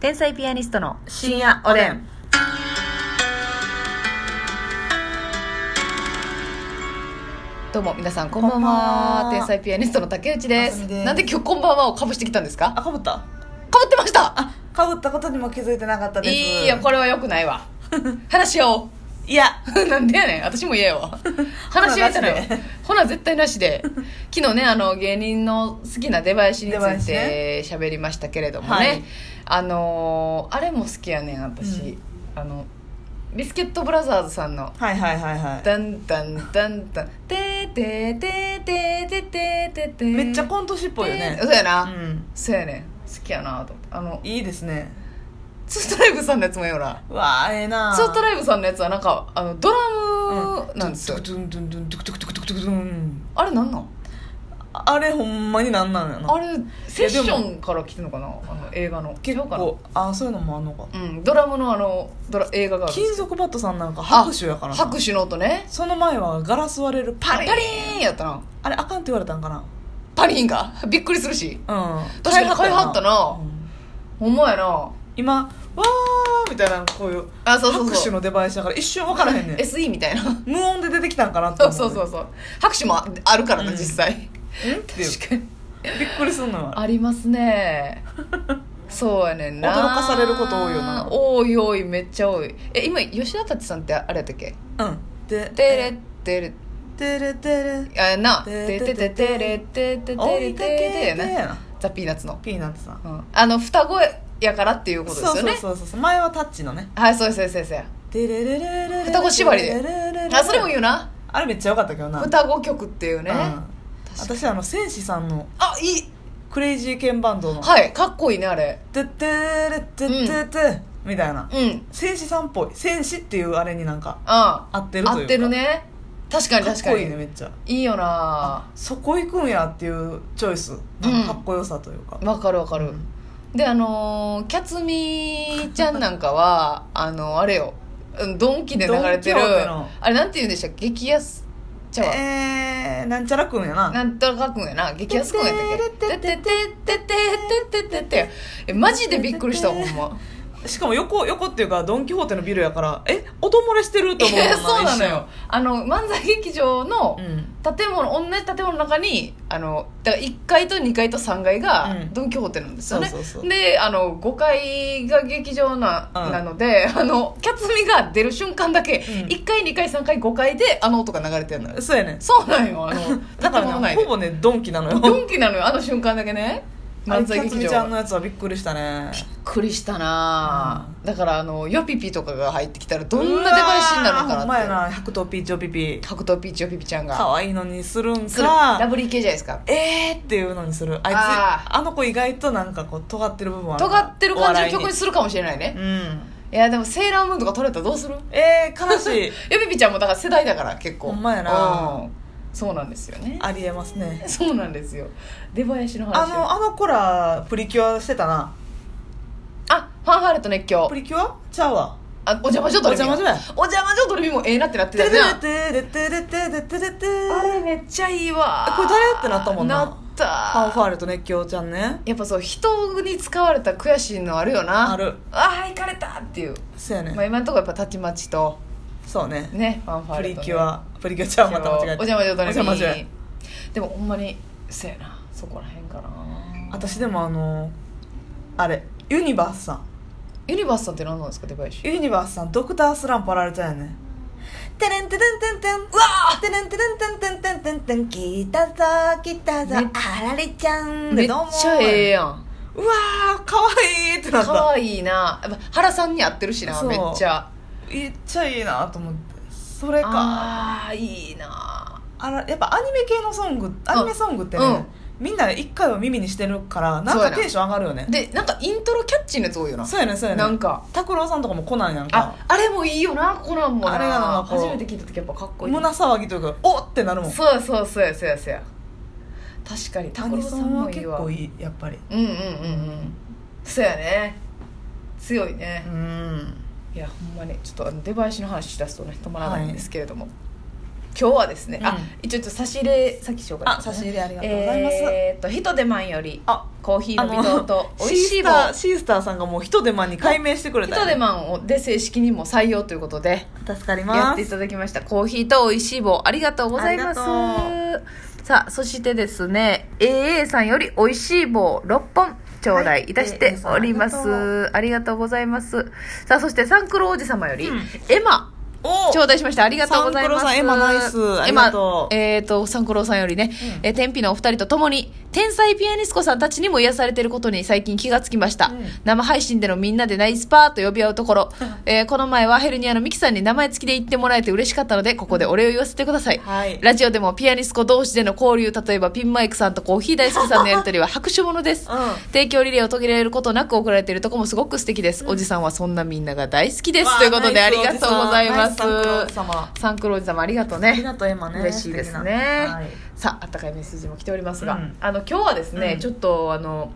天才ピアニストの深夜おでん。どうも皆さんこんばんはこんばんは天才ピアニストの竹内でますすみですなんで今日こんばんはをかぶしてきたんですかあ、かぶったかぶってましたかぶったことにも気づいてなかったです。いいやこれはよくない わ話し合おいや、う なんでやねん私も言えよ 話し合えたらよほななしでほな絶対なしで昨日ねあの芸人の好きな出囃子につ出囃い子てね喋りましたけれどもね、はいあのーあれも好きやねん私、うんあのビスケットブラザーズさんのはいはいはいはダンダンダンダン「てーてーてーてーてーてーてーてい。ーめっちゃコント師っぽいよねそ。うやな、うん。そうやねん好きやなと思ってあのいいですね。ツーストライブさんのやつもよなうわあ、ええなツーストイライブさんのやつはなんかあのドラムなんですよ、ドゥンドゥンドゥンドゥクドゥクドゥクドゥクドゥクドゥンあれなんなんあれほんまになんなんやな。あれセッションから来てんのかなあの映画の結違うかな構、あ、そういうのもあんのか。うんドラムのあのドラ映画があるんです金属バットさんなんか拍手やからな。拍手の音ねその前はガラス割れるパパリリーンやったなあれあかんって言われたんかなパリーンがびっくりするしうん確かに買いはったなうほんんまやな今わーみたいなこういうあそうそうそう拍手のデバイスだから一瞬分からへんねん SE みたいな無音で出てきたんかなってそう思そうそううそう拍手もああるからな、うん実際ねんっていう確かにびっくりすんのよあれありますねそうやねんな驚かされること多いよな多い多いめっちゃ多いえ今吉田達さんってあれやったっけうんでテレテレてれてれあやなテテテテテテテレテテテ追レいテかけテてやななザ・ピーナッツの、ピーナッツさんうん、あの双子やからっていうことですよそうねそうそうそう前はタッチのねはいそうですそうですそうですてれれれれれ双子縛りでてれれれれあそれも言うなあれめっちゃ良かったけどな双子曲っていうね、うん私あの戦士さんのあいいクレイジーケンバンドのはいかっこいいねあれてってれてっててみたいなうんうん戦士さんっぽい戦士っていうあれになんか合合ってるというか合ってるね確かにか確っかにこいいねめっちゃいいよなそこ行くんやっていうチョイスなんかかっこよさというか、わかるわかる、であのーキャツミちゃんなんかはあのあれようんドンキで流れてるドンキホーテのあれなんて言うんでしたっけ激安ちゃうわ、えー、なんちゃらくんやななんとかくんやな激安くんやったっけててててててててててえマジでびっくりしたほんましかも横横っていうかドン・キホーテのビルやからえ音漏れしてるいと思うもんやそうなのよあの漫才劇場の一瞬うん建物同じ建物の中にあのだから1階と2階と3階がうんドン・キホーテなんですよね、そうそうそうであの5階が劇場な,、うんなのであのキャツミが出る瞬間だけ、うん1階2階3階5階であの音が流れてるのよそうやねそうなんよあ のだか建ら物内ねほでぼねドンキなのドよンキなのよあの瞬間だけねあ漫れキ才ャツ劇ミ場ちゃんのびっやつはびっくりしたねくりしたな、だからあのヨピピとかが入ってきたらどんなうわーデバイスになるのほかんまやなってな110ピーチョピピ白桃ピーチヨピピちゃんが可愛いのにするんするラかブリー系じゃないですかえーっていうのにするあいつああの子意外となんかこう尖ってる部分ある尖ってる感じの曲にすするかもしれないね、うんいやでもセーラームーンとか取れたらどうするえ ー、悲しいヨピピちゃんもだから世代だから結構ほんまやなうんそうなんですよねありえますねそうなんですよ出囃子の話あのあの子らプリキュアしてたなあファンファーレと熱狂プリキュアちゃうわあお邪魔女ドレミやお邪魔女お邪魔女ドレミもええなってなっててたれよねてれてれてれてれてれあれめっちゃいいわあこれ誰ってなったもんななったファンファーレと熱狂ちゃんねやっぱそう人に使われた悔しいのあるよなあるああ行かれたっていう、そうやまあ、ね今のところやっぱたちまちとそうねねファンファープレリと、ね、キュアプリキュアちゃう また間違えおた邪魔女ドレミお邪魔女やでもほんまにせやなそこらへんかな私でもあのあれユニバースさんユニバースさんって何なんですか出囃子ユニバースさんドクタースランプあられたよねてれんてれんてんてんうわてれんてれんてんてんてんてんてん来たぞ来たぞめっあられちゃんめでっどうもちゃええやんうわーかわいいってなっかたわいいなやっぱ原さんに合ってるしなそうめっちゃめっちゃいいなと思ってそれかあああいいならやっぱアニメ系のソングアニメソングってね、うんみんな一回は耳にしてるからなんそうやかなテンション上がるよねでなんかイントロキャッチーなやつ多いよなそうやねそうやねなんか拓郎さんとかもコナンやんあかあれもいいよなコナンもなあれがなんかこ初うめて聞いた時やっぱかっこいい胸騒ぎというかおってなるもんそうやそうやそうやそうやそうや確かにア拓郎ニさソんンはもいい結わ構いいやっぱりうんうんうんうんそうやね強いねうんいやほんまにちょっとあのデバイスの話しだすとね止まらないんですけれども、今日はですね、うあん一応ちょっと差し入れ先紹介しますねあ差し入れありがとうございますえーっと「ひとでまん」よりあコーヒーの微糖と美味しシいース棒ターシースターさんがもう一手間に解明してくれヒたよトデね、マンをで正式にも採用ということで助かりやまっていすただきましたコーヒーと美味しい棒ありがとうございますあさあそしてですね AA さんより美味しい棒6本頂戴いたしております、はありがとうございますさあそしてサンクロ王子様より、うんエマお頂戴しましたありがとうございますサンクロさんエマナイスありがとうエマえっ、とサンクロさんよりね、うんえー天日のお二人と共に天才ピアニスコさんたちにも癒されてることに最近気がつきました、うん生配信でのみんなでナイスパーと呼び合うとこ ろ、えーこの前はヘルニアのミキさんに名前付きで言ってもらえて嬉しかったのでここでお礼を言わせてください、はいラジオでもピアニスコ同士での交流例えばピンマイクさんとコーヒー大好きさんのやり取りは拍手ものです、うん提供リレーを途切れることなく送られているとこもすごく素敵です、おじさんはそんなみんなが大好きですわあということでナあイスりがとうございますナイスサンクロ様サンクロおじ様ありがとうありねがとうエマね嬉しいです素ね敵なはいさああったかいメッセージも来ておりますが、うんあの今日はですね、うんちょっとあの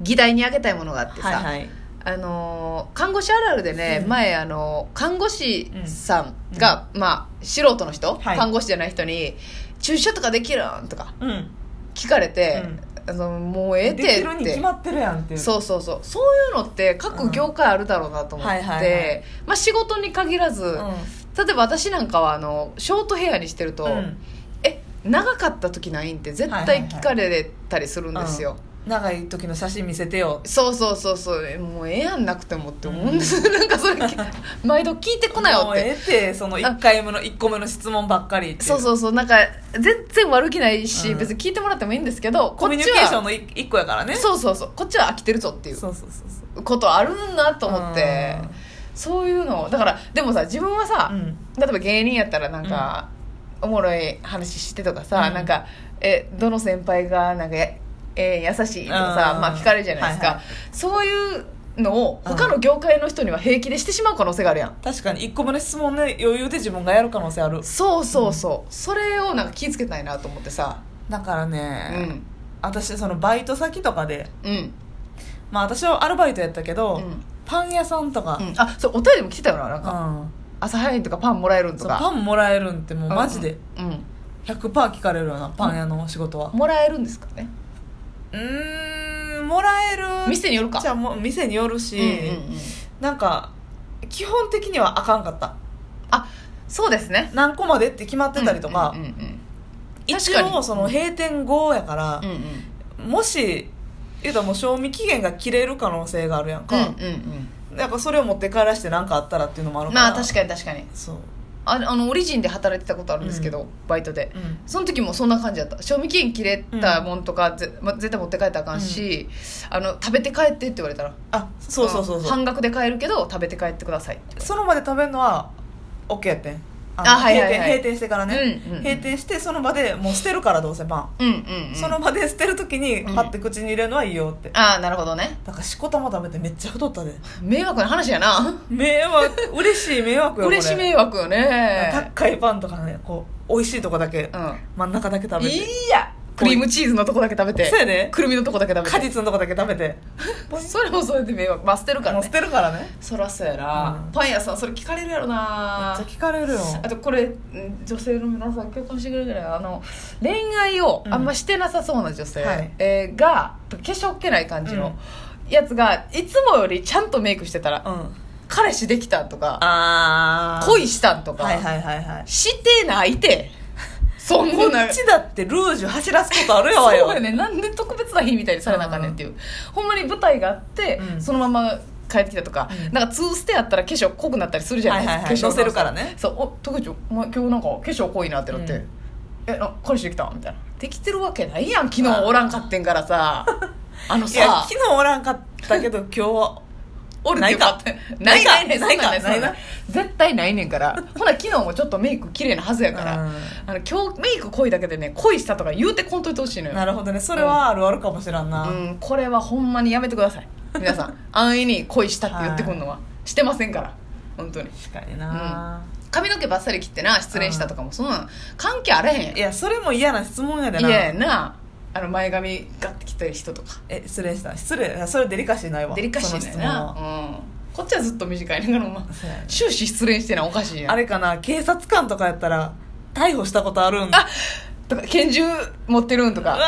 議題にあげたいものがあってさ、はいはいあのー看護師あるあるでね、うん前あの看護師さんが、まあ、素人の人、はい看護師じゃない人に「注射とかできるん?」とかうん聞かれて「あのもうええでて」きるっに決てまってるやんっていうそうそうそうそういうのって各業界あるだろうなと思っうんはいはいはてまあ仕事に限らず、うん、例えば私なんかはあのショートヘアにしてると、うんえ長かった時ないんって絶対聞かれたりするんですよ、長い時の写真見せてよそうそうそうそうえもうええやんなくてもって思うんです、なんかそれ き毎度聞いてこなよもっうえてえってその1回目の1個目の質問ばっかりっていそうそうそうなんか全然悪気ないし、うん別に聞いてもらってもいいんですけどコこっミュニちケーションはのい一個やからねそうそうそうこっちは飽きてるぞっていうそうそうそうそうことあるなと思ってうんそういうのをだからでもさ自分はさ、うん例えば芸人やったらなんか、おもろい話してとかさ、うんなんかえどの先輩がなんか、ええ優しいとかさ、うんまあ、聞かれるじゃないですか、はいはいそういうのを他の業界の人には平気でしてしまう可能性があるやん、確かに1個目の質問ね余裕で自分がやる可能性あるそうそうそう、それをなんか気ぃつけたいなと思ってさだからうね、ん私そのバイト先とかでうんまあ私はアルバイトやったけど、うんパン屋さんとか、ううんん、あそうお便りも来てたよななんか、朝早いんとかパンもらえるんとそうかパンもらえるんってもうマジでうん、うん100%聞かれるよなパン屋の仕事はもらえるんですかねうーんもらえる店によるかじゃあもう店によるし、うんうんうんなんか基本的にはあかんかったあそうですね何個までって決まってたりとか、うんうんうん一確か応にその閉店後やからうん、うんもし言うたらもう賞味期限が切れる可能性があるやんうんか、うんなんかそれを持って帰らして何かあったらっていうのもあうるんからまあ確かに確かにそう、ああのオリジンで働いてたことあるんですけど、バイトでうん、その時もそんな感じだった賞味期限切れたもんとか、ぜま、絶対持って帰ったらあかんし、あの食べて帰ってって言われたらあそうそうそうあのそう半額で買えるけど食べて帰ってくださいってその場で食べるのは OK やってんああはいはいはい閉店閉店してからね、うんうんうん閉店してその場でもう捨てるからどうせパうン、んうん、うん、その場で捨てる時にうんパッて口に入れるのはいいよって、ああなるほどねだからしこたま食べてめっちゃ太ったで迷惑な話やな迷惑嬉しい迷惑よこれ嬉し迷惑よね高いパンとかねこう美味しいとこだけ、う真ん中だけ食んべいていやクリームチーズのとこだけ食べてそうやねくるみのとこだけ食べ果て実のとこだけ食べて それもそれで迷惑まあ捨てるからもうね捨てるからねめっそらそうやな、うんパン屋さんそれ聞かれるやろなちゃ聞かれるよあとこれん女性の皆さん共感してくれるからあの恋愛をあんましてなさそうな女性、うんはいえーが化粧っけない感じのやつがいつもよりちゃんとメイクしてたら、うん彼氏できたとかあ恋したんとか、はいはいはいはいしてない てそんこなっちだってルージュ走らすことあるよわそうよやねなんで特別な日みたいにされなあかんねんっていう、ほんまに舞台があって、うんそのまま帰ってきたとか、うんなんか2ステあったら化粧濃くなったりするじゃないですか、はいはいはい化粧乗せるからねそう「お徳一お前今日なんか化粧濃いな」ってなって「うんえな彼氏できた?」みたいな「できてるわけないやん昨日おらんかってんから さあのいやさ昨日おらんかったけど今日はおるってよかったなないいなかいねんそなんいかなんないそんなんないなない絶対ないねんからほな昨日もちょっとメイク綺麗なはずやから、うんあの今日メイク濃いだけでね恋したとか言うてこんといてほしいのよなるほどねそれはあるあるかもしらんな、うん、これはほんまにやめてください皆さん 安易に恋したって言ってくるのはしてませんから本当に確かにな、髪の毛ばっさり切ってな失恋したとかもそんなん関係あれへんいやそれも嫌な質問やでないやなあの前髪ガッて切った人とかえ失礼した失礼それデリカシーないわデリカシーだよな、うん、こっちはずっと短いねんからお前その質問はそうやね終始失恋してなおかしいやんあれかな警察官とかやったら逮捕したことあるんあとか拳銃持ってるんとうかわ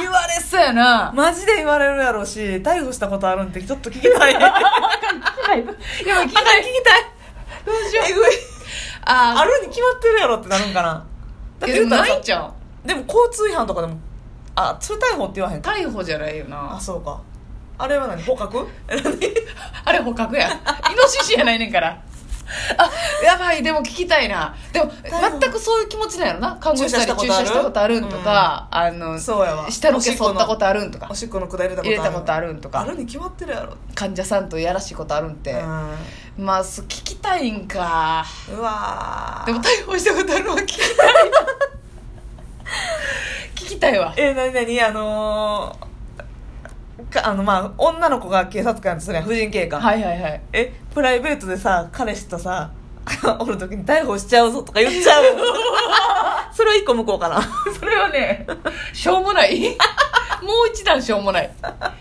言われそうやなーマジで言われるやろうし逮捕したことあるんってちょっと聞き たやばいい聞きたい聞きたいどうしよえうぐいああるに決まってるやろってなるんかなだってえ言うたらないさんちゃうでも交通違反とかでもあそれ逮捕って言わへんか逮捕じゃないよあなそうかあれは何捕獲あれ捕獲やイノシシやないねんからあやばいでも聞きたいなでも逮捕全くそういう気持ちなんやろな看護師さんに注注射し射したたここととああるるんとか、あのそうやわ下の毛剃ったことあるあるんとかおしっこのくだ入れたこと入れたことあるんとかあるに決まってるやろって患者さんとやらしいことあるんって、うまあそう聞きたいんかんうわーでも逮捕したことあるのは聞きたい 聞きたいわえなになにあのーかあのまあ女の子が警察官とするやん婦人警官、はいはいはいえプライベートでさ彼氏とさ おる時に逮捕しちゃうぞとか言っち ゃうそれは一個向こうかなそれはねしょうもない もう一段しょうもないうわ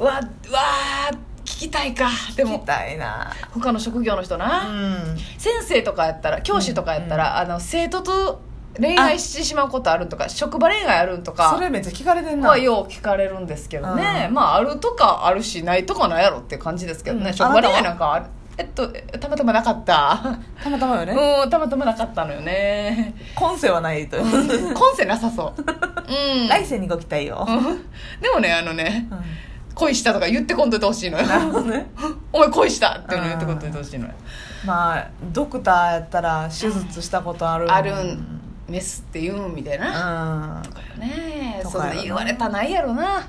うわー聞きたいかで みもたいな他の職業の人うな、ん先生とかやったら教師とかやったら、あの生徒と恋愛してしまうことあるんとか職場恋愛あるんとかそれめっちゃ聞かれてんな、はよう聞かれるんですけどね、うんまああるとかあるしないとかないやろって感じですけどね、うん職場あなた恋は愛なんかあるえっとたまたまなか ったたまたまよね、うんたまたまなかったのよ ね今世はないという今世なさ そううん来世にご期待よ、でもねあのねうん恋したとか言ってこんといてほしいのよなるほど ねお前恋したっていうの言ってこんといてほしいのよまあドクターやったら手術したことある、あるんメスって言うんみたいな、うとんかよねとそかんやろなな言われたないやろな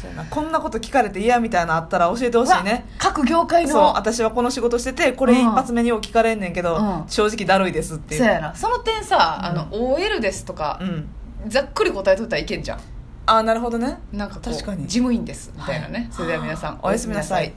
そうやなこんなこと聞かれて嫌みたいなのあったら教えてほしいねうわ各業界のそう私はこの仕事しててこれ一発目によう聞かれんねんけど、うん正直だるいですっていうそうやなその点さ、うんあの OL ですとかう、んざっくり答えとったらいけんじゃんああなるほどねなんかこう確かに事務員ですみたいなね、はいそれでは皆さんおやすみなさい